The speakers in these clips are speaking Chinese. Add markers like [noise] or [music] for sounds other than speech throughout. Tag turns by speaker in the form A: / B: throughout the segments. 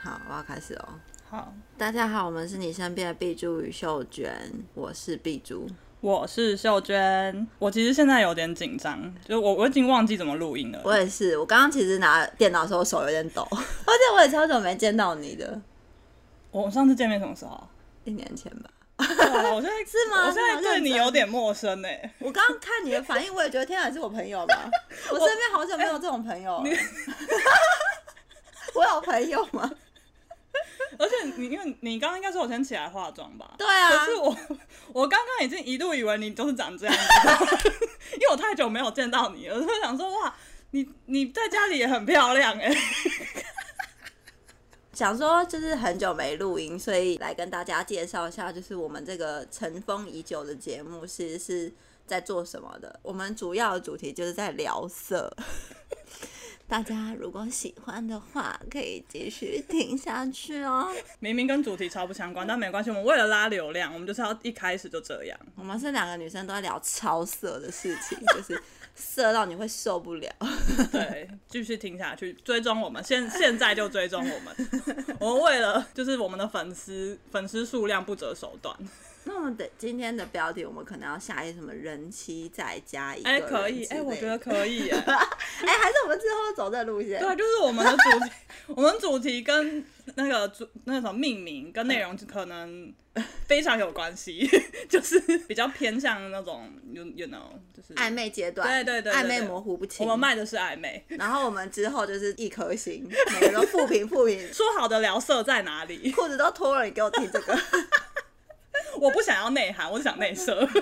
A: 好，我要开始哦。
B: 好，
A: 大家好，我们是你身边的碧珠与秀娟，我是碧珠。
B: 我是秀娟。我其实现在有点紧张，就是我我已经忘记怎么录音了。
A: 我也是，我刚刚其实拿电脑的时候手有点抖，而且我也超久没见到你的，
B: 我上次见面什么时候啊？
A: 一年前吧。
B: 哇我现在
A: [laughs] 是吗
B: 我现在
A: 这么
B: 对
A: 认
B: 你
A: 真
B: 有点陌生哎、
A: 我刚刚看你的反应，我也觉得天哪，是我朋友
B: [laughs]
A: 吧？我身边好久没有这种朋友了。 [laughs] 我有朋友吗？
B: 而且你因为你刚刚应该是我先起来化妆吧？
A: 对啊
B: [laughs] 可是我我刚刚已经一度以为你就是长这样子，因为我太久没有见到你了，我就想说哇，你你在家里也很漂亮哎、
A: 想说就是很久没录音，所以来跟大家介绍一下，就是我们这个尘封已久的节目其实是在做什么的。我们主要的主题就是在聊色， [laughs] 大家如果喜欢的话，可以继续听下去哦。
B: 明明跟主题超不相关，但没关系，我们为了拉流量，我们就是要一开始就这样。
A: 我们是两个女生都在聊超色的事情，就是色到你会受不了。 [laughs]
B: 对，继续听下去，追踪我们，现现在就追踪
A: [laughs]
B: 我们。我们为了就是我们的粉丝粉丝数量不择手段。
A: 那我们的今天的标题，我们可能要下一什么人妻再加一个
B: 哎、
A: 人
B: 可以，
A: 之
B: 哎、我
A: 类
B: 觉
A: 的
B: 得可以
A: [laughs]
B: 耶。
A: 哎、还是我们之后走这路线。
B: 对，啊就是我们的主题，我们主题跟那个主那个什么命名跟
A: 嗯
B: 内容可能非常有关系， [laughs] 就是比较偏向那种 you you know，就是
A: 暧昧阶段，
B: 对对对对
A: 暧昧
B: 对
A: 模糊不
B: 我
A: 清。
B: 们卖的是暧昧，
A: 然后我们之后就是一颗星，每个都负评负评， [laughs]
B: 说好的聊色在哪里？ [laughs]
A: 裤子都脱了，你给我听这个。
B: 我不想要内涵，我想内射。 [laughs]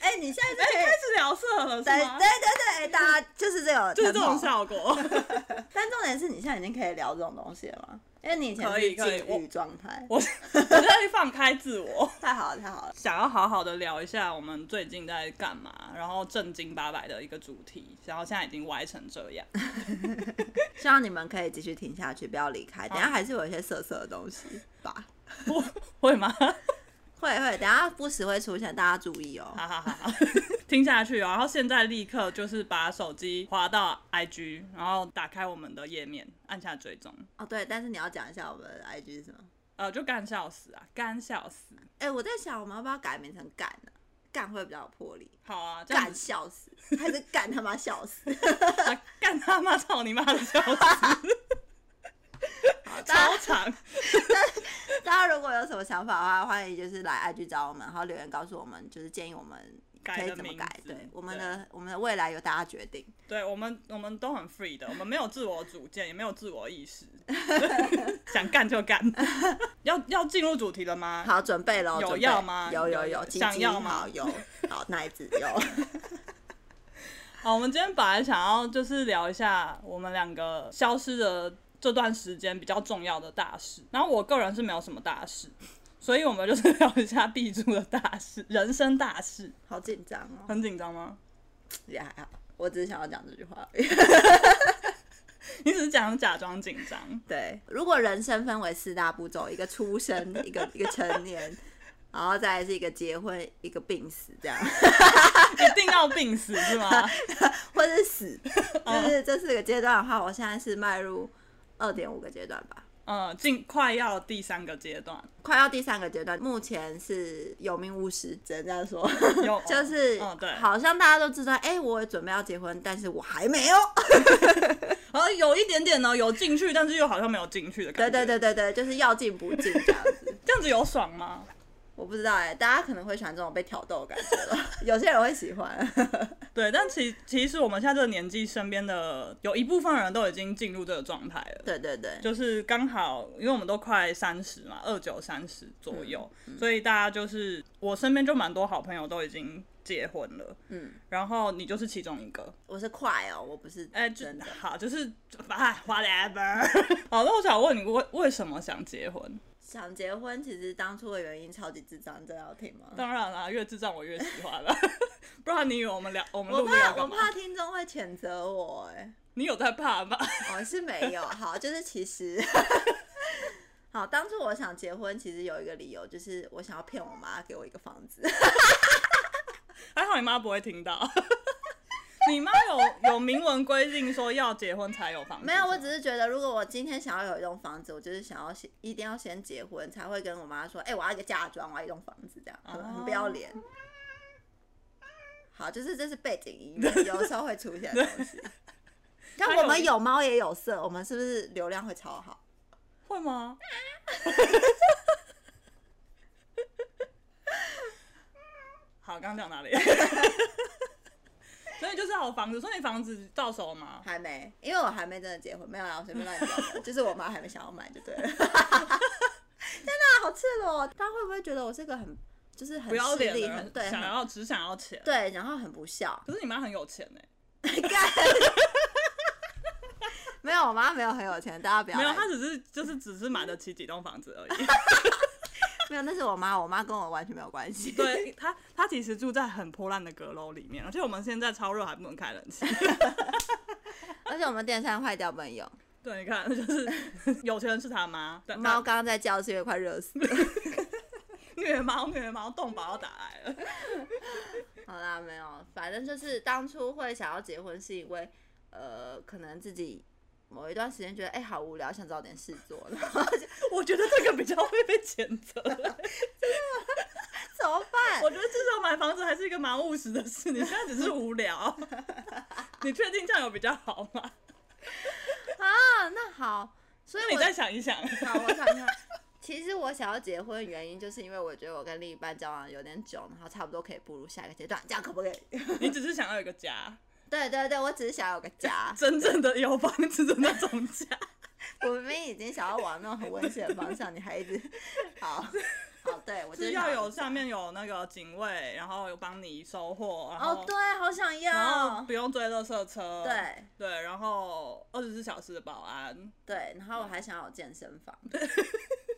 A: 哎、你现在
B: [laughs] 哎、
A: 就可
B: 开
A: 以。
B: 始聊色了
A: 对
B: 是
A: 对
B: 吗
A: 对？对，哎大家就是这种，
B: 就是这种。效果。
A: 但重点是你现在已经可以聊这种东西了吗？因为你以前
B: 可
A: 是
B: 以可以
A: 禁欲状态，
B: 我 [laughs] 我在放开自我，
A: 太好了太好了。
B: 想要好好的聊一下我们最近在干嘛，然后正经八百的一个主题，然后现在已经歪成这样。
A: 希望你们可以继续听下去，不要离开。等一下还是有一些色色的东西吧，
B: 我会吗？ [laughs]
A: 会会，等一下不时会出现，大家注意哦。
B: 哈哈哈哈！ [laughs] 听下去哦，然后现在立刻就是把手机滑到 IG，然后打开我们的页面，按下追踪。
A: 哦对，但是你要讲一下我们的 IG 是什么？
B: 呃，就干笑死啊，干笑死！
A: 哎、我在想我们要不要改名成干呢、干会比较有魄力。
B: 好啊，这样
A: 干
B: 子
A: 笑死，还是干他妈笑死！ [laughs]
B: 啊干他妈操你妈的笑死，
A: 好大家
B: 超长。
A: 大家如果有什么想法的话，欢迎就是来 IG 找我们，然后留言告诉我们，就是建议我们可
B: 改
A: 以
B: 的
A: 怎么
B: 名
A: 改。
B: 字
A: 对，我们的我们的未来由大家决定。
B: 对我们，我们都很 free 的，我们没有自我主见，也没有自我
A: [laughs]
B: 意识，想干就干。 [laughs] 要要进入主题了吗？
A: 好，准备喽。
B: 啊有
A: 准备
B: 要吗
A: 有有
B: 有
A: 有，鸡
B: 想
A: 鸡
B: 要吗
A: 好有，好奶子
B: [laughs]
A: 有。
B: 好，我们今天本来想要就是聊一下我们两个消失的这段时间比较重要的大事，然后我个人是没有什么大事，所以我们就是聊一下必住的大事，人生大事。
A: 好紧张哦，
B: 很紧张吗？
A: 也还好。我只是想要讲这句话而已。 [laughs]
B: 你只是讲假装紧张，
A: 对，如果人生分为四大步骤，一个出生，一个一个成年，然后再来是一个结婚，一个病死，这样，
B: 一定要病死是
A: [laughs]
B: 吗？
A: 或者是死，
B: [laughs] 嗯
A: 就是这四个阶段的话，我现在是迈入二点五个阶段吧，
B: 嗯，进快要第三个阶段，
A: 快要第三个阶段，目前是有名无实，只能这样说，
B: 有
A: 就是、
B: 嗯哦对，
A: 好像大家都知道，哎、我准备要结婚，但是我还没
B: [laughs]
A: 有，
B: 然后有一点点呢，有进去，但是又好像没有进去的感
A: 对
B: 觉。
A: 对，对对对，就是要进不进这样子。
B: 这样子有爽吗？
A: 我不知道哎、大家可能会喜欢这种被挑逗的感觉吧，有些人会喜欢。 [laughs]
B: 对，但其其实我们现在这个年纪，身边的有一部分人都已经进入这个状态了。
A: 对对对，
B: 就是刚好，因为我们都快三十嘛，二九三十左右，
A: 嗯
B: 所以大家就是我身边就蛮多好朋友都已经结婚了，
A: 嗯，
B: 然后你就是其中一个，
A: 我是快哦，我不是
B: 哎、就
A: 真的。
B: 好，就是哎 whatever。好， [laughs] 那我想问你，为为什么想结婚？
A: 想结婚，其实当初的原因超级智障，这要听吗？
B: [laughs] 当然啦、越智障我越喜欢了， [laughs] 不然你以为我们聊我们
A: 我
B: 录这个
A: 怕我
B: 干嘛？
A: 怕听众会谴责我哎、
B: 你有在怕吗？ [laughs]
A: 哦是没有，好就是其实。好，当初我想结婚，其实有一个理由，就是我想要骗我妈给我一个
B: 嗯
A: 房子。
B: [laughs] 还好你妈不会听到。你妈有有明文规定说要结婚才有房子。
A: 没有，我
B: 是
A: 只是觉得，如果我今天想要有一栋房子，我就是想要先一定要先结婚，才会跟我妈说，哎、我要一个嫁妆，我要一栋房子，这样很很不要脸。
B: 哦
A: 好，就是这是背景音乐，有时候会出现的东
B: [laughs]
A: 西。你看
B: 还有
A: 我们有猫也有色，我们是不是流量会超好？
B: 会吗？ [laughs] 好，刚刚讲哪里？ [laughs] 所以就是好房子，所以你房子到手吗？
A: 还没，因为我还没真的结婚，没有啦，我随便乱讲的，
B: [laughs]
A: 就是我妈还没想要买就对了。 [laughs] 天哪，好赤裸！大家会不会觉得我是个很就是很
B: 不要
A: 势
B: 脸
A: 利、
B: 的
A: 很
B: 人，
A: 对、
B: 想
A: 很
B: 要只想要钱。
A: 对，然后很不孝？ [laughs]
B: 可是你妈很有钱欸呢、
A: 干！ [laughs] 没有，我妈没有很有钱，大家不要
B: 没有，
A: 来
B: 她只是就是只是买得起几栋房子而已。
A: 没有，那是我妈，我妈跟我完全没有关系。
B: [laughs] 对她，她其实住在很破烂的阁楼里面，而且我们现在超热还不能开冷气。 [laughs]
A: 而且我们电扇坏掉不能用，
B: 对，你看，就是 [laughs] 有钱人是她妈，但
A: 猫刚刚在叫是因为快热死了。
B: 虐猫虐猫，动保要打来了。 [laughs]
A: 好啦，没有，反正就是当初会想要结婚，是因为呃，可能自己某一段时间觉得哎、好无聊，想找点事做，然后就
B: 我觉得这个比较会被谴责。
A: [laughs] 怎么
B: [laughs]
A: 办？
B: 我觉得至少买房子还是一个蛮务实的事，你现在只是无聊。 [laughs] 你确定这样有比较好吗？
A: 啊，那好，所以
B: 你
A: 我
B: 再想一想。
A: 好，我想想，其实我想要结婚的原因，就是因为我觉得我跟另一半交往有点久，然后差不多可以步入下一个阶段，这样可不可以？ [laughs]
B: 你只是想要有个家，
A: 对对对，我只是想要有个家，
B: 真正的有房子的那种家。
A: [laughs] 我明明已经想要往那种很温馨的方向，你还一直好好，对我就是是想
B: 要
A: 要
B: 有上面有那个警卫，然后有帮你收货，然后、
A: 哦，对，好想
B: 然后
A: 要
B: 不，用追垃圾车，
A: 哦对
B: 对，然后二十四小时的保安，
A: 对，然后我还想要有健身房， [laughs]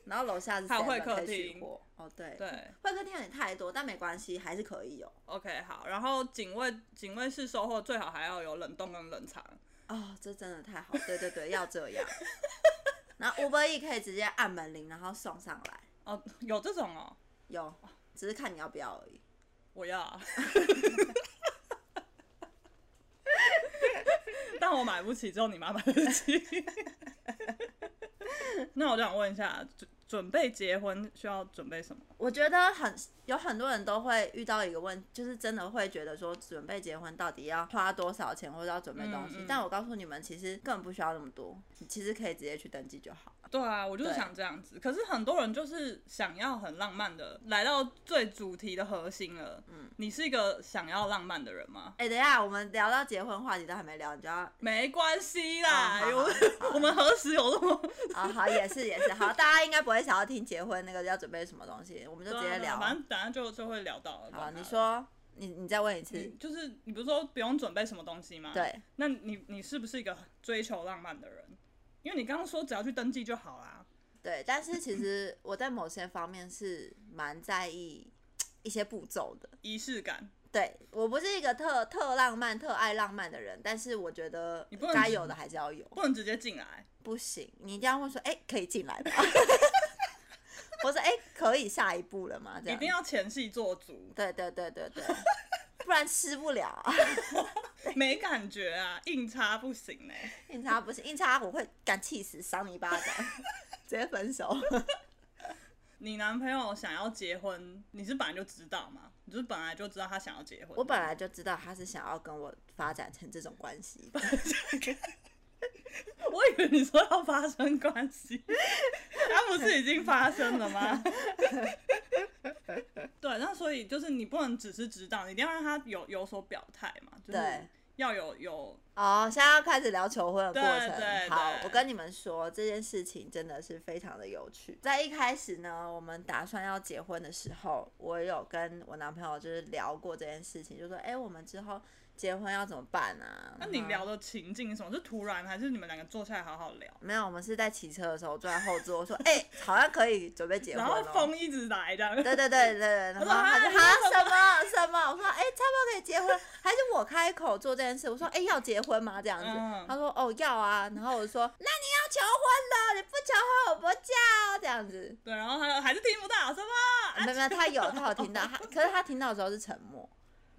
A: 然后楼下是
B: 嗯还有
A: 7-Eleven
B: 会客
A: 可以取
B: 厅
A: 货，哦对，
B: 对
A: 会客厅有点太多，但没关系，还是可以有。
B: ，OK，好，然后警卫警卫室收货最好还要有冷冻跟冷藏，
A: 哦，这真的太好，对对对，要这样。 [laughs] 然后 Uber E 可以直接按门铃，然后送上来，
B: 哦，有这种哦，
A: 有，只是看你要不要而已。
B: 我要、啊， [laughs] 但我买不起，只有你妈买得起。 [laughs] 那我就想问一下，准准备结婚需要准备什么？
A: 我觉得很有很多人都会遇到一个问就是真的会觉得说准备结婚到底要花多少钱，或者要准备东西。
B: 嗯嗯
A: 但我告诉你们，其实根本不需要那么多，你其实可以直接去登记就好了。
B: 对啊，我就是
A: 对
B: 想这样子。可是很多人就是想要很浪漫的，来到最主题的核心了。嗯，你是一个想要浪漫的人吗？
A: 哎、等一下，我们聊到结婚话题都还没聊，你就要啊、
B: 没关系
A: 哦
B: 啦，
A: 好好
B: [laughs] 我我们何时有这么
A: 啊好，也是也是，好，大家应该不会想要听结婚那个要准备什么东西，我们就
B: 对
A: 直
B: 啊
A: 接
B: 对啊
A: 聊。
B: 反正等下就就会聊到了。
A: 好，
B: 管他
A: 你
B: 了嗯
A: 说，你你再问一次。
B: 你就是你不是说不用准备什么东西吗？。
A: 对，
B: 那你你是不是一个追求浪漫的人？因为你刚刚说只要去登记就好啦。
A: 对，但是其实我在某些方面是蛮在意一些步骤的。
B: 仪式感，
A: 对我不是一个特特浪漫、特爱浪漫的人，但是我觉得
B: 不能
A: 该有的还是要有。
B: 不能直接进来。
A: 不行，你一定要问说，哎、可以进来吗？ [laughs] 我说，哎、可以下一步了吗？这
B: 一
A: 样
B: 定。要前戏做
A: [laughs]
B: 足，
A: 对对对对对，不然吃不了、啊。
B: 没感觉啊，硬插不行欸呢、
A: 硬插不行，硬插我会干气死，赏你一巴掌， [laughs] 直接分手。 [laughs]
B: 你男朋友想要结婚，你是本来就知道吗？你就是本来就知道他想要结婚。
A: 我本来就知道他是想要跟我发展成这种关系的。
B: 我以为你说要发生
A: [laughs]
B: 关系，他不是已经发生了吗？ [laughs] 对，那所以就是你不能只是知道，你一定要让他有有所表态嘛，就是
A: 对
B: 要有有
A: 哦，现在要开始聊求婚的过程。
B: 对对
A: 好，
B: 对
A: 我跟你们说这件事情真的是非常的有趣。在一开始呢，我们打算要结婚的时候，我有跟我男朋友就是聊过这件事情，就说，哎、我们之后结婚要怎么办啊？
B: 那你
A: 然后
B: 聊的情境是什么？是突然还是你们两个坐下来好好聊？
A: 没有？我们是在骑车的时候，我坐在后座，我说， [laughs] 哎、好像可以准备结婚哦
B: 然后
A: 了。
B: 风一直来这样，
A: 对对对对对，然后
B: 说啊
A: 他就
B: 你说
A: 啊什么什么，我说哎、差不多可以结婚，还是我开口做这件事，我说哎、要结婚吗这样子，
B: 嗯
A: 他说哦要啊，然后我说那你要求婚了，你不求婚我不嫁哦这样
B: [laughs]
A: 子，
B: 对，然后他还是听不到什么，啊
A: 没有没有，他有他有听到，他可是他听到的时候是沉默，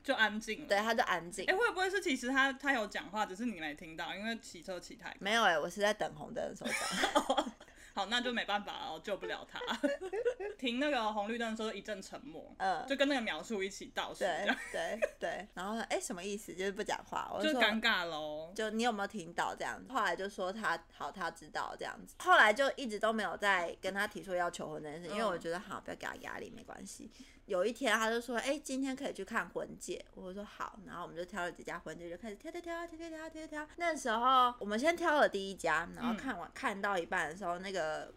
B: 就安静了。
A: 对，他就安静。
B: 哎、会不会是其实他他有讲话，只是你没听到，因为骑车骑太快。
A: 没有哎、我是在等红灯的时候讲。
B: 好，那就没办法了，我救不了他。 [laughs] 停那个红绿灯的时候一阵沉默， [laughs]
A: 嗯
B: 就跟那个描述一起倒数，这
A: 对
B: 样
A: 对对，然后哎、什么意思？就是不讲话。我
B: 就
A: 说
B: 尴尬喽。
A: 就你有没有听到这样子？后来就说他好，他知道这样子。后来就一直都没有再跟他提出要求婚这件事，因为
B: 嗯
A: 我觉得好，不要给他压力，没关系。有一天他就说：“哎、今天可以去看婚戒。”我说好，然后我们就挑了几家婚戒，就开始挑挑挑挑挑挑挑挑。那时候我们先挑了第一家，然后看完、看到一半的时候，那个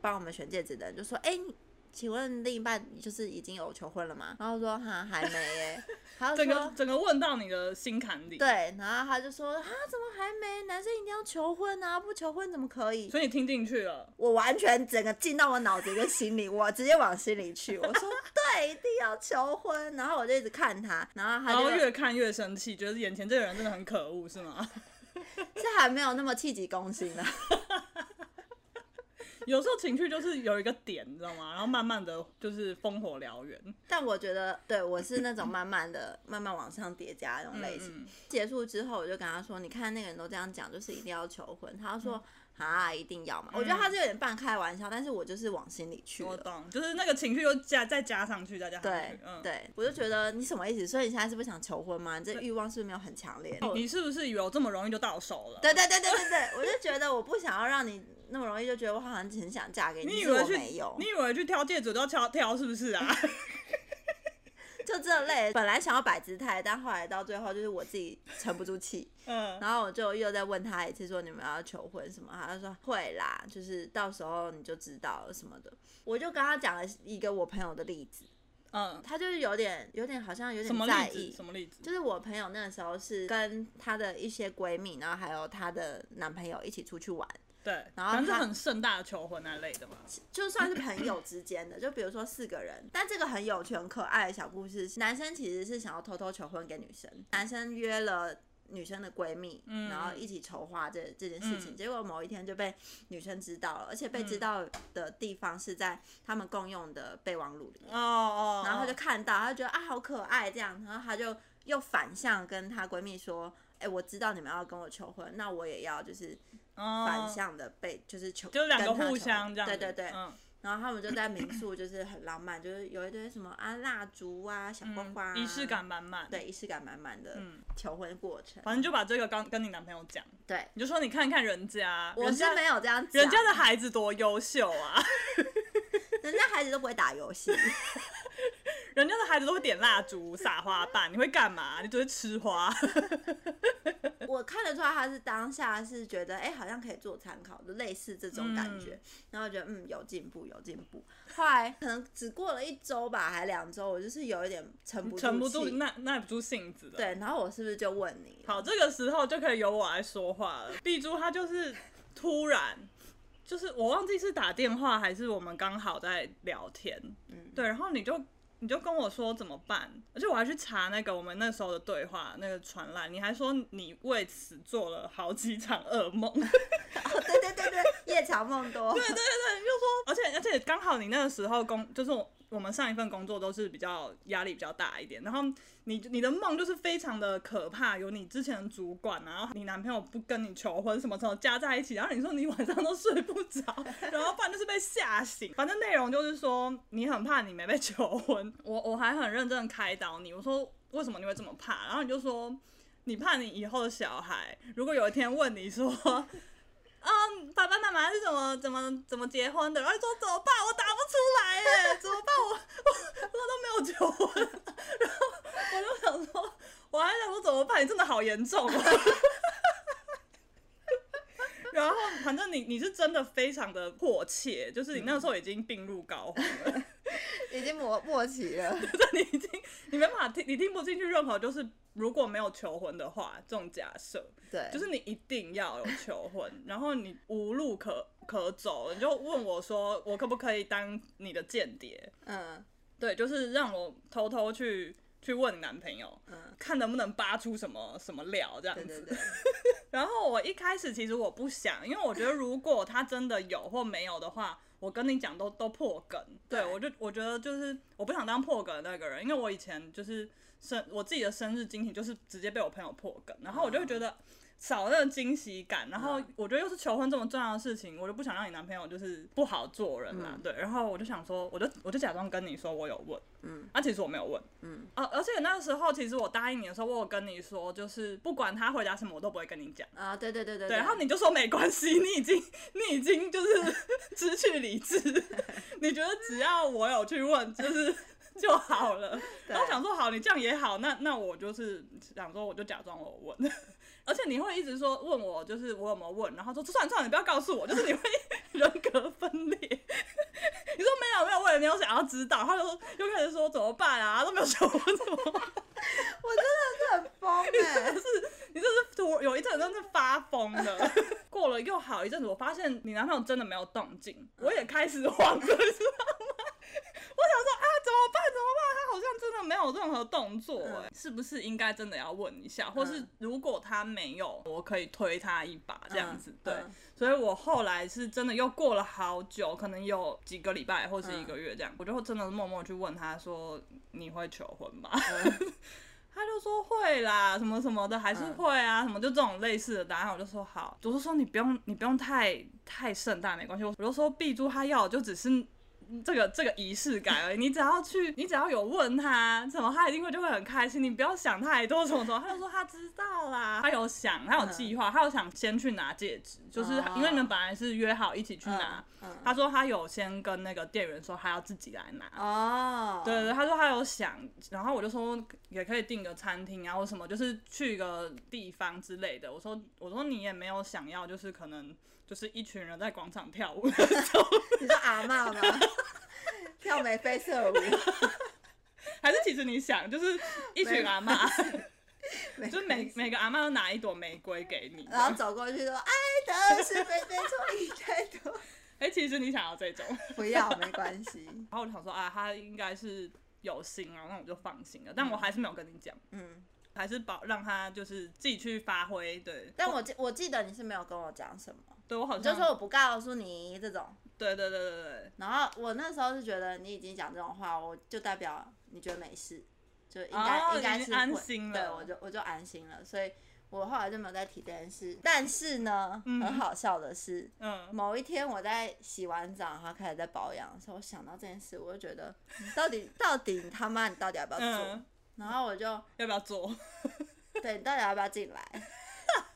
A: 帮我们选戒指的人就说：“哎、你请问另一半就是已经有求婚了吗？”然后我说：“哈，还没耶。”他就
B: 整
A: 说
B: 个。整个问到你的心坎里。，
A: 对，然后他就说啊，怎么还没？男生一定要求婚啊，不求婚怎么可以？
B: 所以你听进去了。
A: 我完全整个进到我脑子跟心里，我直接往心里去。我
B: [laughs]
A: 说对，一定要求婚。然后我就一直看他，然后
B: 然
A: 他
B: 后
A: 就
B: 越看越生气，觉得眼前这个人真的很可恶，
A: [laughs]
B: 是吗？
A: 是还没有那么气急攻心的、 [laughs]
B: 有时候情绪就是有一个点，你知道吗？然后慢慢的就是烽火燎原。
A: 但我觉得，对我是那种慢慢的、慢慢往上叠加那种类型。
B: 嗯嗯
A: 结束之后，我就跟他说：“你看那个人都这样讲，就是一定要求婚。”他就
B: 嗯
A: 说：“啊，一定要嘛。”我觉得他是有点半开玩笑，但是我就是往心里去
B: 嗯我
A: 了。
B: 懂，就是那个情绪又加再加上去，再加上
A: 对
B: 去。、嗯，。
A: 对，我就觉得你什么意思？所以你现在是不想求婚吗？你这欲望是不是没有很强烈？对
B: 你是不是以为我这么容易就到手了？
A: 对对对对对，我就觉得我不想要让你那么容易就觉得我好像很想嫁给
B: 你以
A: 可是
B: 为
A: 我
B: 去
A: 没有
B: 你，以为去挑戒指都要挑挑是不
A: [laughs]
B: 是啊？
A: 就这类。本来想要摆姿态，但后来到最后就是我自己沉不住
B: [laughs]
A: 气，
B: 嗯，
A: 然后我就又再问他一次说你们要求婚什么，他就说会啦，就是到时候你就知道了什么的。我就跟他讲了一个我朋友的例子，
B: 嗯，
A: 他就是有点有点好像有
B: 什么
A: 点在
B: 例
A: 意
B: 子？，什么例子？
A: 就是我朋友那个时候是跟她的一些闺蜜，然后还有她的男朋友一起出去玩，
B: 对，
A: 然后
B: 反正是
A: 他
B: 很盛大的求婚那类的嘛。
A: 就算是朋友之间的，就比如说四个人。但这个很有趣、很可爱的小故事，男生其实是想要偷偷求婚给女生，男生约了。女生的闺蜜，然后一起筹划这这件事情，
B: 嗯
A: 结果某一天就被女生知道了，而且被知道的地方是在他们共用的备忘录里面。
B: 哦哦，
A: 然后他就
B: 哦
A: 看到，他就觉得啊好可爱这样，然后他就又反向跟她闺蜜说，哎、我知道你们要跟我求婚，那我也要就是
B: 哦
A: 反向的被、就是求，
B: 就两个
A: 跟她
B: 互
A: 求
B: 相
A: 婚
B: 这样子。
A: 对对对，
B: 嗯
A: 然后他们就在民宿就是很浪漫，就是有一堆什么啊蜡烛啊、小花花、啊，
B: 嗯仪式感。满满。，
A: 对，仪式感满满的
B: 嗯
A: 求婚过程，
B: 反正就把这个刚跟你男朋友讲，
A: 对，
B: 你就说你看看人家，
A: 我
B: 人
A: 是
B: 家
A: 没有这样啊讲，
B: 人家的孩子多优秀啊，
A: 人家孩子都不会打游戏， [laughs]
B: 人家的孩子都会点蜡烛、撒花瓣，你会干嘛？你只会吃花。
A: 我看得出来，他是当下是觉得，哎、好像可以做参考的，类似这种感觉。然后觉得，嗯，有进步，有进步。后来可能只过了一周吧，还两周，我就是有一点沉不
B: 沉不
A: 住
B: 住
A: 气。
B: 耐耐不住性子的。，
A: 对，然后我是不是就问你？
B: 好，，这个时候就可以由我来说话了。碧珠她就是突然，就是我忘记是打电话还是我们刚好在聊天，嗯，对，然后你就你就跟我说怎么办，而且我还去查那个我们那时候的对话那个传来，你还说你为此做了好几场噩梦。
A: 哦，对对对对，夜长梦多。
B: 对对对，就说，而且而且刚好你那个时候工，就是我我们上一份工作都是比较压力比较大一点，然后你你的梦就是非常的可怕，有你之前的主管，然后你男朋友不跟你求婚，什么什么加在一起，然后你说你晚上都睡不着，然后不然就是被吓醒， [laughs] 反正内容就是说你很怕你没被求婚， [laughs] 我我还很认真地开导你，我说为什么你会这么怕，然后你就说。你怕你以后的小孩，如果有一天问你说，嗯，爸爸妈妈是怎么怎么怎么结婚的？然后就说怎么办？我答不出来耶，怎么办？我我我都没有求婚，然后我就想说，我还想说怎么办？你真的好严重、哦。 [laughs] 然后，反正你你是真的非常的迫切，就是你那时候已经病入膏肓了，
A: 已经磨磨齐了。
B: 你已经你没办法听，你听不进去任何就是如果没有求婚的话这种假设，
A: 对，
B: 就是你一定要有求婚，然后你无路可可走了，你就问我说，我可不可以当你的间谍？
A: 嗯，
B: 对，就是让我偷偷去去问你男朋友，看能不能扒出什么什么料这样
A: 嗯对
B: 子。
A: 对对，
B: 然后我一开始其实我不想，因为我觉得如果他真的有或没有的话，我跟你讲都都破梗。对
A: 对
B: 我就我觉得就是我不想当破梗的那个人，因为我以前就是生我自己的生日惊喜就是直接被我朋友破梗，然后我就会觉得。少那个惊喜感，然后
A: 嗯
B: 我觉得又是求婚这么重要的事情，我就不想让你男朋友就是不好做人嘛，对。然后我就想说，我就我就假装跟你说我有问，
A: 嗯，
B: 啊，其实我没有问，
A: 嗯，
B: 啊，而且那时候其实我答应你的时候，我有跟你说，就是不管他回答什么，我都不会跟你讲。
A: 啊，对对对对
B: 对，
A: 对，
B: 然后你就说没关系，你已经你已经就是 [laughs] 失去理智， [laughs] 你觉得只要我有去问，就是 [laughs] 就好了。
A: 对
B: 然后想说好，你这样也好，那那我就是想说，我就假装我问， [laughs] 而且你会一直说问我，就是我有没有问，然后说算了算了，你不要告诉我，就是你会人格分裂。 [laughs] 你说没有没有，我也没有想要知道，他就说又开始说怎么办啊，都没有想问怎么办
A: 我真的是很
B: [laughs]
A: 疯哎、
B: 你这是突有一阵子真的是发疯的。过了 [laughs] 又好一阵子，我发现你男朋友真的没有动静，
A: 嗯
B: 我也开始慌了，你知道吗？我想说啊，怎么办？怎么办？他好像真的没有任何动作、
A: 嗯
B: 哎、是不是应该真的要问一下？或是如果他没有，我可以推他一把这样子。
A: 嗯
B: 对，
A: 嗯
B: 所以我后来是真的又过了好久，可能有几个礼拜或是
A: 嗯
B: 一个月这样，我就真的默默去问他说：“你会求婚吗？”
A: 嗯
B: 嗯他就说会啦，什么什么的，还是会啊，什么就这种类似的答案，我就说好，我就说你不用，你不用太太盛大，没关系。我就说 B 猪他要的就只是这个这个仪式感而已，你只要去， [laughs] 你只要有问他什么，他一定会就会很开心。你不要想太多什么什么，他就说他知道啦，他有想，他有计
A: 嗯
B: 划，他有想先去拿戒指，就是
A: 哦
B: 因为你们本来是约好一起去拿，
A: 嗯嗯
B: 他说他有先跟那个店员说他要自己来拿，
A: 哦，
B: 对对，他说他有想，然后我就说也可以订个餐厅啊，或什么，就是去一个地方之类的。我说我说你也没有想要，就是可能就是一群人在广场跳舞 [laughs]
A: 你说阿嬷吗？ [laughs] 跳眉飞
B: [laughs]
A: 色舞，
B: 还是其实你想就是一群阿妈，
A: 没
B: 就是每每个阿妈都拿一朵玫瑰给你。
A: 然后走过去说：“爱的是非非错一太多。
B: 哎、其实你想要这种，” [laughs]
A: 不要，没关系。
B: 然后我就想说啊，他应该是有心啊，那我就放心了。但我还是没有跟你讲，
A: 嗯，
B: 还是保让他就是自己去发挥。对，
A: 但我记我记得你是没有跟我讲什么，
B: 对我好
A: 就
B: 像
A: 说我不告诉你这种。
B: 对对对对对。
A: 然后我那时候是觉得你已经讲这种话，我就代表你觉得没事，就应该、
B: 哦
A: 应该
B: 已
A: 是
B: 经安
A: 会
B: 心
A: 对
B: 了
A: 我就我就安心了，所以我后来就没有再提这件事。但是呢，很好笑的是，
B: 嗯，
A: 某一天我在洗完澡，然后开始在保养的时候，我想到这件事，我就觉得你到底到底你他妈你到底要不要做？
B: 嗯
A: 然后我就
B: 要不要做？
A: 对你到底要不要进来？ [laughs]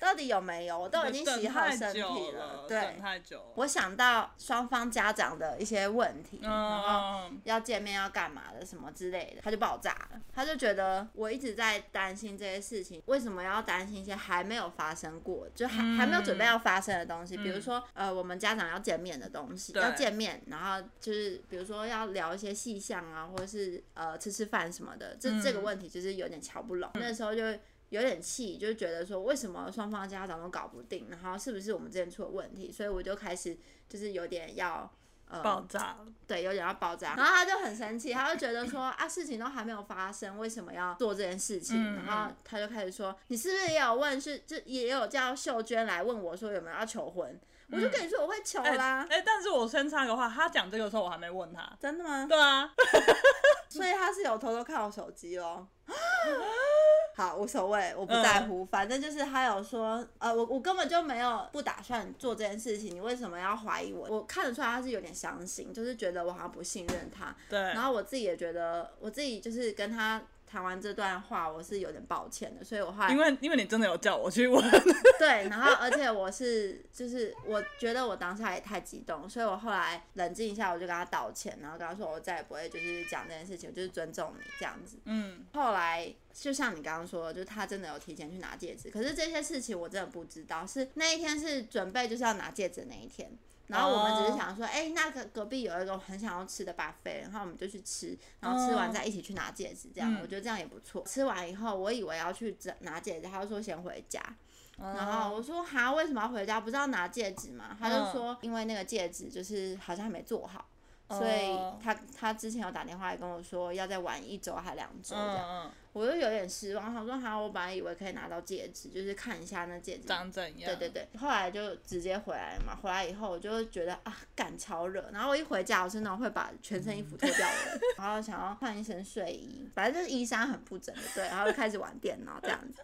A: 到底有没有？我都已经洗好身体
B: 等太久
A: 了，
B: 了，
A: 对
B: 等，太久了。嗯
A: 我想到双方家长的一些问题，然后
B: 嗯，
A: 要见面要干嘛的什么之类的，他就爆炸了。他就觉得我一直在担心这些事情，为什么要担心一些还没有发生过，就还、
B: 嗯
A: 还没有准备要发生的东西？比如说，呃，我们家长要见面的东西，
B: 对
A: 要见面，然后就是比如说要聊一些细项啊，或者是呃吃吃饭什么的，
B: 嗯
A: 这、这个问题就是有点瞧不拢。那时候就。有点气，就是觉得说为什么双方家长都搞不定，然后是不是我们之间出了问题？所以我就开始就是有点要呃
B: 爆炸了。
A: 对，有点要爆炸。然后他就很生气，他就觉得说啊，事情都还没有发生，为什么要做这件事情？
B: 嗯嗯
A: 然后他就开始说，你是不是也有问是，就也有叫秀娟来问我说有没有要求婚？我就跟你说我会求
B: 哎
A: 啦，
B: 哎，但是我先插个话，他讲这个时候我还没问他。
A: 真的吗？
B: 对啊， [laughs]
A: 所以他是有偷偷看我手机 [laughs] 哦。好，无所谓，我不在乎，反正就是他有说，呃，我我根本就没有不打算做这件事情，你为什么要怀疑我？我看得出来他是有点伤心，就是觉得我好像不信任他，
B: 对，
A: 然后我自己也觉得，我自己就是跟他谈完这段话，我是有点抱歉的，所以我后来
B: 因为因为你真的有叫我去问，
A: [laughs] 对，然后而且我是就是我觉得我当下也太激动，所以我后来冷静一下，我就跟他道歉，然后跟他说我再也不会就是讲这件事情，我就是尊重你这样子。
B: 嗯，
A: 后来就像你刚刚说的，就是他真的有提前去拿戒指，可是这些事情我真的不知道，是那一天是准备就是要拿戒指那一天。然后我们只是想
B: 哦
A: 说，哎、那个隔壁有一个我很想要吃的 buffet，然后我们就去吃，然后吃完再一起去拿戒指，这样、
B: 嗯
A: 我觉得这样也不错。吃完以后，我以为要去拿戒指，他就说先回家，嗯
B: 哦
A: 然后我说哈，
B: 嗯
A: 为什么要回家？不是要拿戒指吗？他就说因为那个戒指就是好像还没做好。
B: 哦
A: 所以他他之前有打电话来跟我说要再晚一周还两周这样，
B: 嗯嗯，
A: 我就有点失望，想说好，我本来以为可以拿到戒指，就是看一下那戒指
B: 长怎样？
A: 对对对，后来就直接回来了嘛。回来以后，我就会觉得啊，赶超热。然后我一回家，我是那种会把全身衣服脱掉
B: 嗯
A: 的人，然后想要换一身睡衣，反正就是衣衫很不整的，对。然后就开始玩电脑这样子，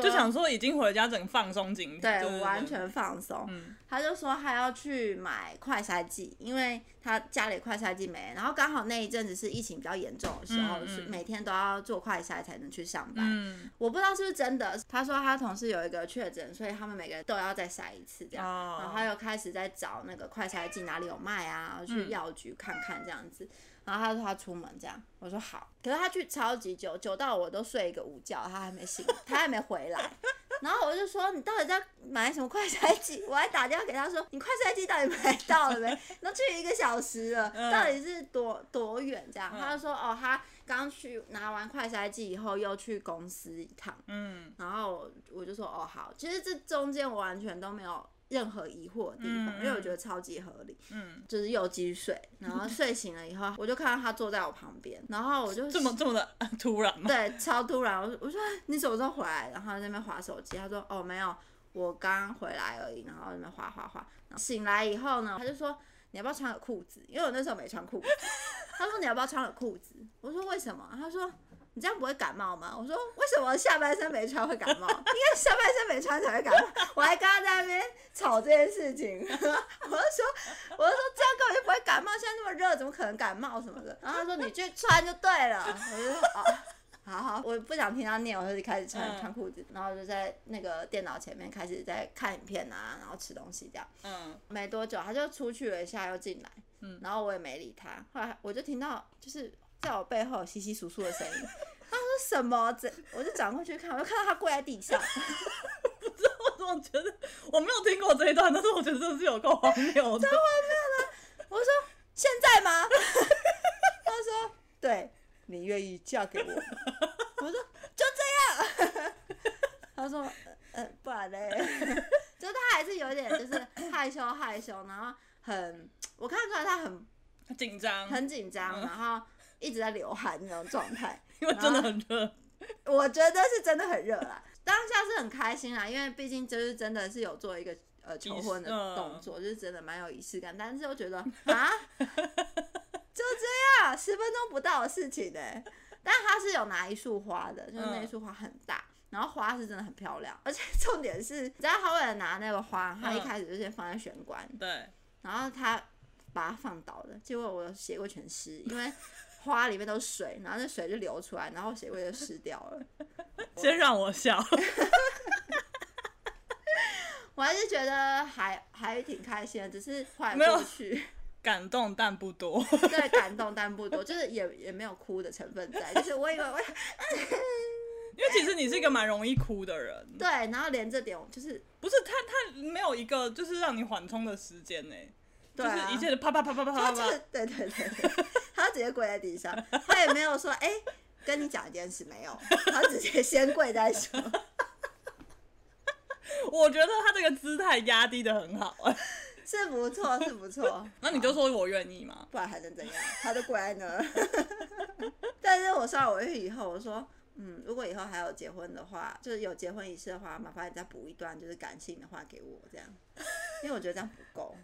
B: 就想说已经回家，整个放松警惕。
A: 对
B: 就是
A: 我完全放松。
B: 嗯
A: 他就说他要去买快筛剂，因为他家里快筛剂没了，然后刚好那一阵子是疫情比较严重的时候，
B: 嗯嗯
A: 是每天都要做快筛才能去上班。
B: 嗯
A: 我不知道是不是真的。他说他同事有一个确诊，所以他们每个人都要再筛一次这样。
B: 哦
A: 然后他又开始在找那个快筛剂哪里有卖啊，去药局看看这样子。然后他说他出门这样，我说好。可是他去超级久，久到我都睡一个午觉，他还没醒，他还没回来。然后我就说你到底在买什么快筛剂？我还打电话给他说你快筛剂到底买到了没？都去一个小时了，
B: 嗯
A: 到底是多多远这样？
B: 嗯
A: 他就说哦，他刚去拿完快筛剂以后又去公司一趟，
B: 嗯
A: 然后我我就说哦好，其实这中间我完全都没有任何疑惑的地方，
B: 嗯
A: 因为我觉得超级合理，
B: 嗯，
A: 就是又继续睡，然后睡醒了以后，我就看到他坐在我旁边，然后我就
B: 这么这么的 [laughs] 突然哦吗？
A: 对，超突然。我说我说哎你什么时候回来？然后在那边划手机，他说哦没有，我刚回来而已。然后在那边划划划，然后醒来以后呢，他就说你要不要穿个裤子？因为我那时候没穿裤子。他说你要不要穿个裤子？我说为什么？他说你这样不会感冒吗？我说为什么下半身没穿会感冒？应该下半身没穿才会感冒。我还跟他在那边吵这件事情， [laughs] 我就说我就说这样根本就不会感冒，现在那么热，怎么可能感冒什么的？然后他说你去穿就对了，我就说哦。好好，我不想听他念，我就开始穿
B: 嗯
A: 穿裤子，然后就在那个电脑前面开始在看影片啊，然后吃东西这样。
B: [laughs] 嗯，
A: 没多久他就出去了一下，又进来，
B: 嗯
A: 然后我也没理他。后来我就听到就是在我背后稀稀疏疏的声音，他说什么？这我就转过去看，我就看到他跪在地上，
B: 我总觉得我没有听过这一段，但是我觉得这是有够荒谬的。
A: 我说现在吗？ [laughs] 他说对，你愿意嫁给我吗？我说就这 [laughs] 样。他说呃呃不然嘞， [laughs] 就他还是有点就是害羞害羞，然后很我看出来他很
B: 紧张，
A: 很紧张，然后一直在流汗那种状态。
B: 因为真
A: 啊
B: 的很热。
A: 我觉得是真的很热啦， [laughs] 当下是很开心啦，因为毕竟就是真的是有做一个呃求婚的动作，就是真的蛮有仪式感，但是又觉得啊， [laughs] 就这样十分钟不到的事情呢、但他是有拿一束花的，就是那一束花很大。然后花是真的很漂亮，而且重点是，你知道他为了拿那个花，他一开始就先放在玄关，
B: 对，
A: 然后他把它放倒了，结果我写过全湿，因为花里面都是水，然后那水就流出来，然后鞋柜就湿掉了。
B: 先让我笑。 [laughs]
A: 我还是觉得还还挺开心的，只是缓
B: 没有
A: 过去， [laughs]
B: 感动但不多，
A: 对感动但不多，就是也也没有哭的成分
B: [laughs]
A: 在，就是我以为我，
B: 因为其实你是一个蛮容易哭的人
A: 对，然后连这点我就是
B: 不是他他没有一个就是让你缓冲的时间呢、就
A: 对、啊，
B: 是一切的啪啪啪啪啪
A: 他
B: 啪
A: 就
B: 啪
A: 是对对对对，他直接跪在地上， [laughs] 他也没有说哎、跟你讲一件事没有，他直接先跪再说。
B: 我觉得他这个姿态压低的很好、
A: [laughs]
B: [laughs]
A: 是不错，是不错。
B: 那你就说我愿意嘛，
A: 不然还能怎样？他就跪在那儿。 [laughs] 但是我上了我去以后，我说，嗯，如果以后还有结婚的话，就是有结婚仪式的话，麻烦你再补一段就是感性的话给我，这样，因为我觉得这样不够，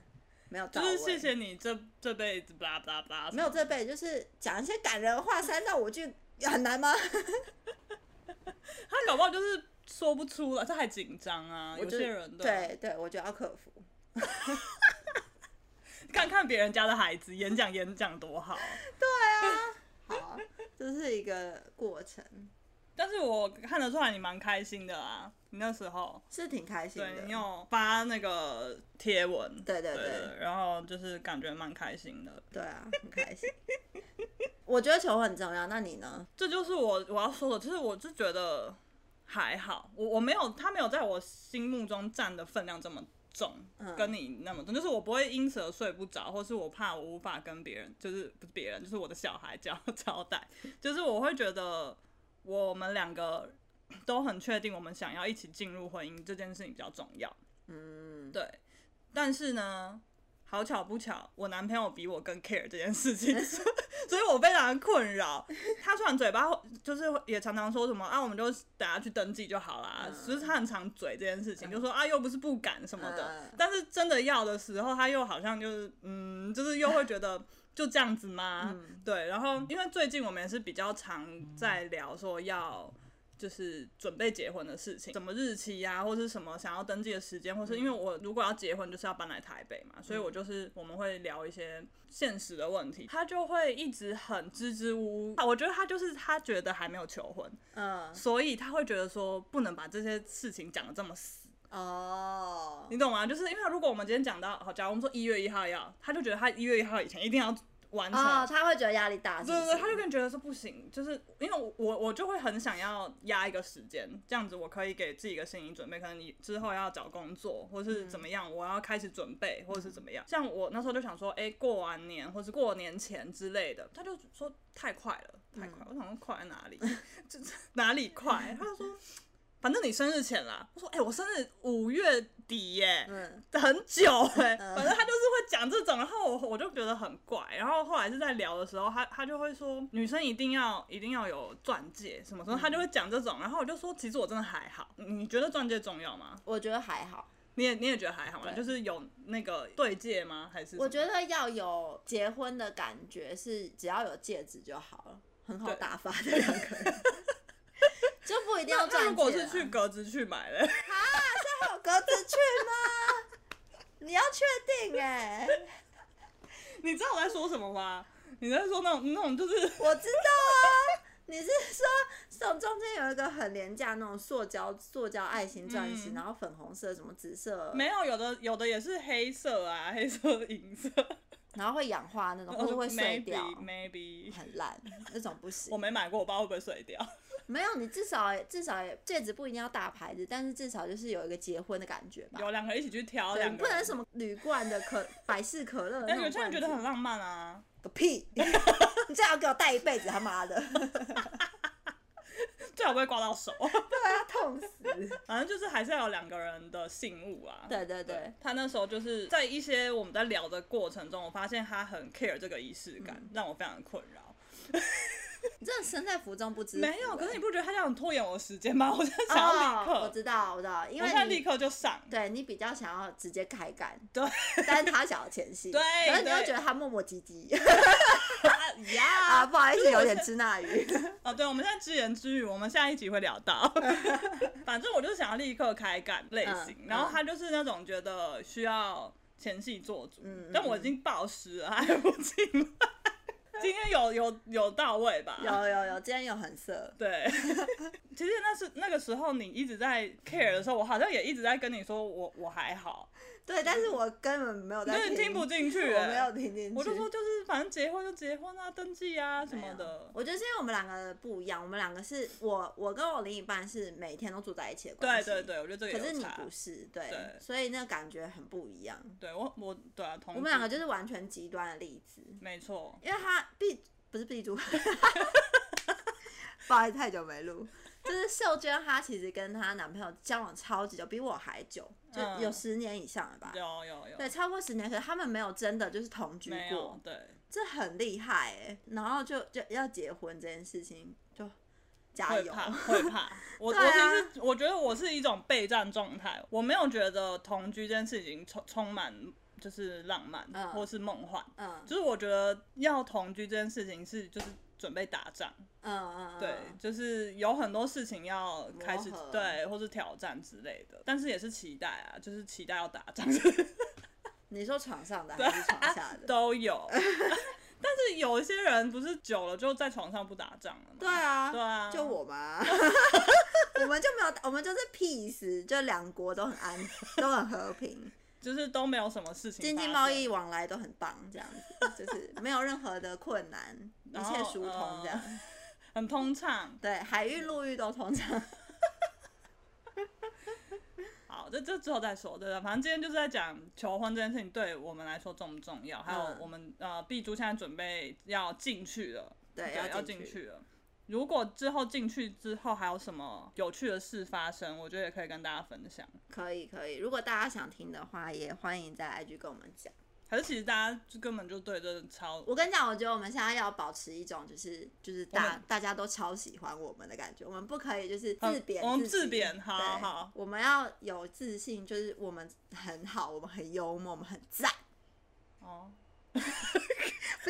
A: 没有到
B: 就
A: 位。
B: 是谢谢你这这辈子巴拉巴拉巴拉。
A: 没有这辈子就是讲一些感人的话，三到五句很难
B: 啊
A: 吗？
B: 他搞不好就是说不出来，他还紧张啊。
A: 我
B: 有
A: 觉
B: 些
A: 得
B: 人的
A: 对对，我觉得要克服。
B: 看看别人家的孩子演讲演讲多好。
A: 好，啊这是一个过程，
B: 但是我看得出来你蛮开心的啊，你那时候
A: 是挺开心
B: 对
A: 的。
B: 你有发那个贴文，
A: 对对
B: 对
A: 对。
B: 然后就是感觉蛮开心的。
A: 对啊，很开心。 [laughs] 我觉得求婚很重要，那你呢？
B: 这就是我我要说的，就是我就觉得还好，我我没有他没有在我心目中占的分量这么重，
A: 嗯
B: 跟你那么重，就是我不会因此而睡不着，或是我怕我无法跟别人，就是不是别人，就是我的小孩交交代， [laughs] 就是我会觉得我们两个都很确定，我们想要一起进入婚姻这件事情比较重要，
A: 嗯，
B: 对，但是呢。好巧不巧，我男朋友比我更 care 这件事情， [laughs] 所以所以我非常困扰。他虽然嘴巴就是也常常说什么啊，我们就等下去登记就好啦，就是他很常嘴这件事情，就说啊又不是不敢什么的
A: 嗯，
B: 但是真的要的时候，他又好像就是嗯，就是又会觉得。就这样子吗？对，然后因为最近我们也是比较常在聊说要就是准备结婚的事情，什么日期呀、或是什么想要登记的时间，或是因为我如果要结婚就是要搬来台北嘛，所以我就是我们会聊一些现实的问题，他就会一直很支支吾吾。啊我觉得他就是他觉得还没有求婚，
A: 嗯，
B: 所以他会觉得说不能把这些事情讲的这么死。
A: 哦，
B: 你懂吗？就是因为如果我们今天讲到，好，假如我们说一月一号要，他就觉得他一月一号以前一定要完成，
A: 哦，他会觉得压力大，
B: 对对对，
A: 是不
B: 他
A: 是
B: 就跟你觉得说不行，就是因为我我我就会很想要压一个时间，这样子我可以给自己一个心理准备，可能你之后要找工作或是怎么样，我要开始准备或者是怎么
A: 嗯
B: 样。像我那时候就想说，哎、过完年或是过年前之类的，他就说太快了，太
A: 嗯
B: 快了。我想说快在哪里？ [laughs] 这这哪里快？他就说。反正你生日前啦，我说哎、我生日五月底耶、
A: 嗯，
B: 很久哎、反正他就是会讲这种，然后我我就觉得很怪，然后后来是在聊的时候，他他就会说女生一定要一定要有钻戒什么什
A: 嗯
B: 么，他就会讲这种，然后我就说其实我真的还好，你觉得钻戒重要吗？
A: 我觉得还好。
B: 你也你也觉得还好吗？
A: 对
B: 就是有那个对戒吗？还是什么
A: 我觉得要有结婚的感觉，是只要有戒指就好了，很好
B: 对
A: 打发的两个人，就不一定要
B: [laughs] 那
A: 钻戒、啊。
B: 如果是去格子去买嘞， [laughs]
A: 还有格子去吗？你要确定哎、
B: 你知道我在说什么吗？你在说那种那种就是
A: 我知道啊。你是说，送中间有一个很廉价那种塑胶塑胶爱心钻石，
B: 嗯
A: 然后粉红色什么紫色，
B: 没有有的有的也是黑色啊，黑色银色，
A: 然后会氧化那种，或者会碎掉，
B: maybe, maybe
A: 很烂，那种不行
B: 我。没买过，我不知道会不会碎掉。
A: 没有，你至少至少也戒指不一定要大牌子，但是至少就是有一个结婚的感觉吧。
B: 有两个人一起去挑，
A: 对，
B: 两
A: 你
B: 个
A: 不能
B: 人
A: 什么铝罐的可百事可乐的
B: 哎
A: 那
B: 有
A: 种
B: 些人
A: 罐
B: 觉得很
A: 子，
B: 浪漫啊，
A: 个屁！ [laughs] 你最好给我戴一辈子，他妈
B: [laughs]
A: 的，
B: 最好不会刮
A: [laughs]
B: 到手。
A: 他痛死。
B: 反正就是还是要有两个人的信物啊。
A: 对对对，
B: 他那时候就是在一些我们在聊的过程中，我发现他很 care 这个仪式感，
A: 嗯
B: 让我非常困扰。
A: 你真的身在福中不知福
B: 没有，可是
A: 欸
B: 你不觉得他这样很拖延我的时间吗？我 [laughs] 现在想要立刻，
A: 哦我知道，我知道，因
B: 我现在
A: 为
B: 立
A: 你
B: 刻就上。
A: 对你比较想要直接开干，
B: 对，
A: 但是他想要前戏，
B: 对
A: 可是你又
B: 对
A: 觉得他磨磨唧
B: [laughs]
A: 唧 [laughs] 啊，
B: 呀
A: 不
B: [laughs]
A: 好意思，有点支那语，
B: 哦，对，我们现在只言之语，我们下一集会聊
A: [laughs]
B: 到。反正我就是想要立刻开干类型，
A: 嗯
B: 然后他就是那种觉得需要前戏做主，
A: 嗯嗯
B: 但我已经暴食了，还不进来。今天有有 [laughs] 有到位吧？
A: 有有有，今天有很色，
B: 对， [laughs] 其实那是那个时候你一直在 care 的时候，我好像也一直在跟你说我我还好，
A: 对，但是我根本没有
B: 就
A: 在
B: 是听不进去、
A: 我没
B: 欸。
A: 有听进去，
B: 我就说就是反正结婚就结婚啊，登记啊什
A: 没
B: 么
A: 有
B: 的。
A: 我觉得是因为我们两个不一样，我们两个是我我跟我另一半是每天都住在一起的关
B: 对
A: 系，
B: 对对，我觉得这个
A: 可是
B: 有
A: 你
B: 差
A: 不。是，对，
B: 对嗯
A: 所以那个感觉很不一样。
B: 对我我对啊，同
A: 我们两个就是完全极端的例子，
B: 没错，
A: 因为他必不是必住， [laughs] 不好意思，太久没录。就是秀娟，她其实跟她男朋友交往超级久，比我还久，就
B: 嗯
A: 有十年以上了吧？
B: 有有有，
A: 对，超过十年，可是他们没有真的就是同居
B: 没
A: 过
B: 有，对，
A: 这很厉害哎、然后就就要结婚这件事情，就加
B: 会
A: 油。 [laughs]
B: 怕会怕。我、
A: 哎对啊
B: 我其实我觉得我是一种备战状态，我没有觉得同居这件事情充充满就是浪漫、
A: 嗯
B: 或是梦幻，
A: 嗯
B: 就是我觉得要同居这件事情是就是准备打仗，
A: 嗯嗯，嗯
B: 对，就是有很多事情要开始
A: 磨合
B: 对，或是挑战之类的，但是也是期待啊，就是期待要打仗 [laughs]
A: 你说床上的还是床
B: 啊
A: 下的？
B: 都有。 [laughs] 但是有一些人不是久了就在床上不打仗了吗？
A: 对啊，
B: 对啊
A: 就我嘛， [laughs] 我们就没有，我们就是 peace，就两国都很
B: [laughs]
A: 安，都很和平，
B: 就是都没有什么事情发
A: 经
B: 生。
A: 济贸易往来都很棒，这样子就是没有任何的困难，一
B: [laughs] 然后嗯
A: 切疏通这样。
B: 很通畅。
A: 对，海运、陆运都通常。
B: 好，这这之后再说，对吧？反正今天就是在讲求婚这件事情对我们来说重不重要，还有
A: 嗯
B: 我们呃碧珠现在准备要进去了，
A: [laughs] 对
B: 对，
A: 哎要
B: 要
A: 进去
B: 去了。如果之后进去之后还有什么有趣的事发生，我觉得也可以跟大家分享。
A: 可以可以，如果大家想听的话，也欢迎在 IG 跟我们讲。
B: 可是其实大家就根本就对这超
A: 我跟你讲，我觉得我们现在要保持一种就是就是
B: 我
A: 大
B: 们
A: 大家都超喜欢我们的感觉，我们不可以就是
B: 嗯
A: 自贬、
B: 我们
A: 自
B: 自贬好
A: 对
B: 好
A: 我们要有自信，就是我们很好，我们很幽默，我们很赞。
B: 哦，
A: 不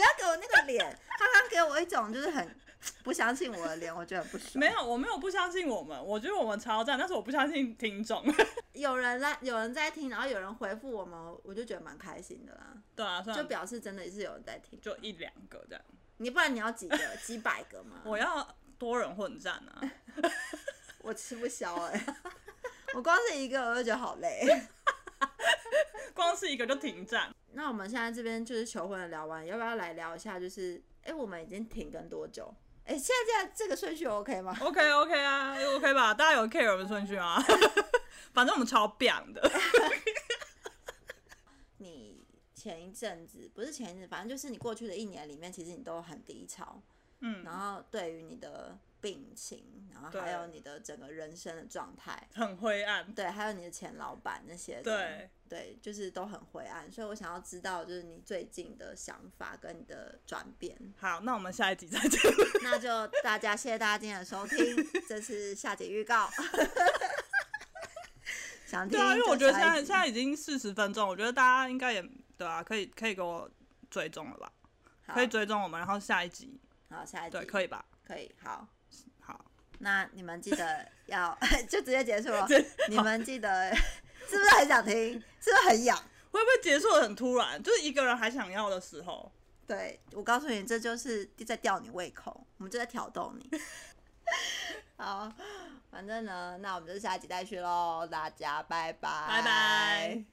A: 要给我那个脸，他刚给我一种就是很不相信我的脸，我觉得很不爽。 [laughs]
B: 没有，我没有不相信我们，我觉得我们超赞，但是我不相信听众。 [laughs]
A: 有人来，有人在听，然后有人回复我们，我就觉得蛮开心的啦，
B: 对啊，算
A: 就
B: 了
A: 表示真的是有人在听。
B: 就一两个这样，
A: 你不然你要几个几百个吗？
B: 我要多人混战啊。
A: 我吃不消哎、 [laughs] 我光是一个我就觉得好累。 [laughs]
B: 光是一个就停战。
A: 那我们现在这边就是求婚的聊完，要不要来聊一下？就是哎、诶我们已经停更多久？哎、现在这样这个顺序 OK 吗？
B: OK OK 啊，OK 吧？大家有 care 我们顺序吗？ [laughs] 反正我们超棒的。
A: 你前一阵子不是前一阵子，反正就是你过去的一年里面，其实你都很低潮，
B: 嗯，
A: 然后对于你的病情，然后还
B: 对
A: 有你的整个人生的状态，
B: 很灰暗。
A: 对，还有你的前老板那些的，
B: 对
A: 对，就是都很灰暗，所以我想要知道，就是你最近的想法跟你的转变。
B: 好，那我们下一集再
A: [laughs]
B: 见。
A: 那就大家谢谢大家今天的收听，这是下集预告。 [laughs] 想听
B: 对啊，因为我觉得
A: 就
B: 现
A: 下一
B: 在现
A: 集
B: 在已经四十分钟，我觉得大家应该也对啊，可以可以给我追踪了吧？
A: 好
B: 可以追踪我们，然后下一集
A: 好，下一集
B: 对可
A: 以
B: 以吧？
A: 可以好。
B: 好，
A: 那你们记得要 [laughs] 就直接结束了
B: 这，
A: 你们记得是不是很想听？是不是很痒？
B: 会不会结束的很突然？就是一个人还想要的时候。
A: 对，我告诉你，这就是在吊你胃口，我们就在挑逗你。 [laughs] 好，反正呢，那我们就下集再续喽，大家拜拜，
B: 拜拜。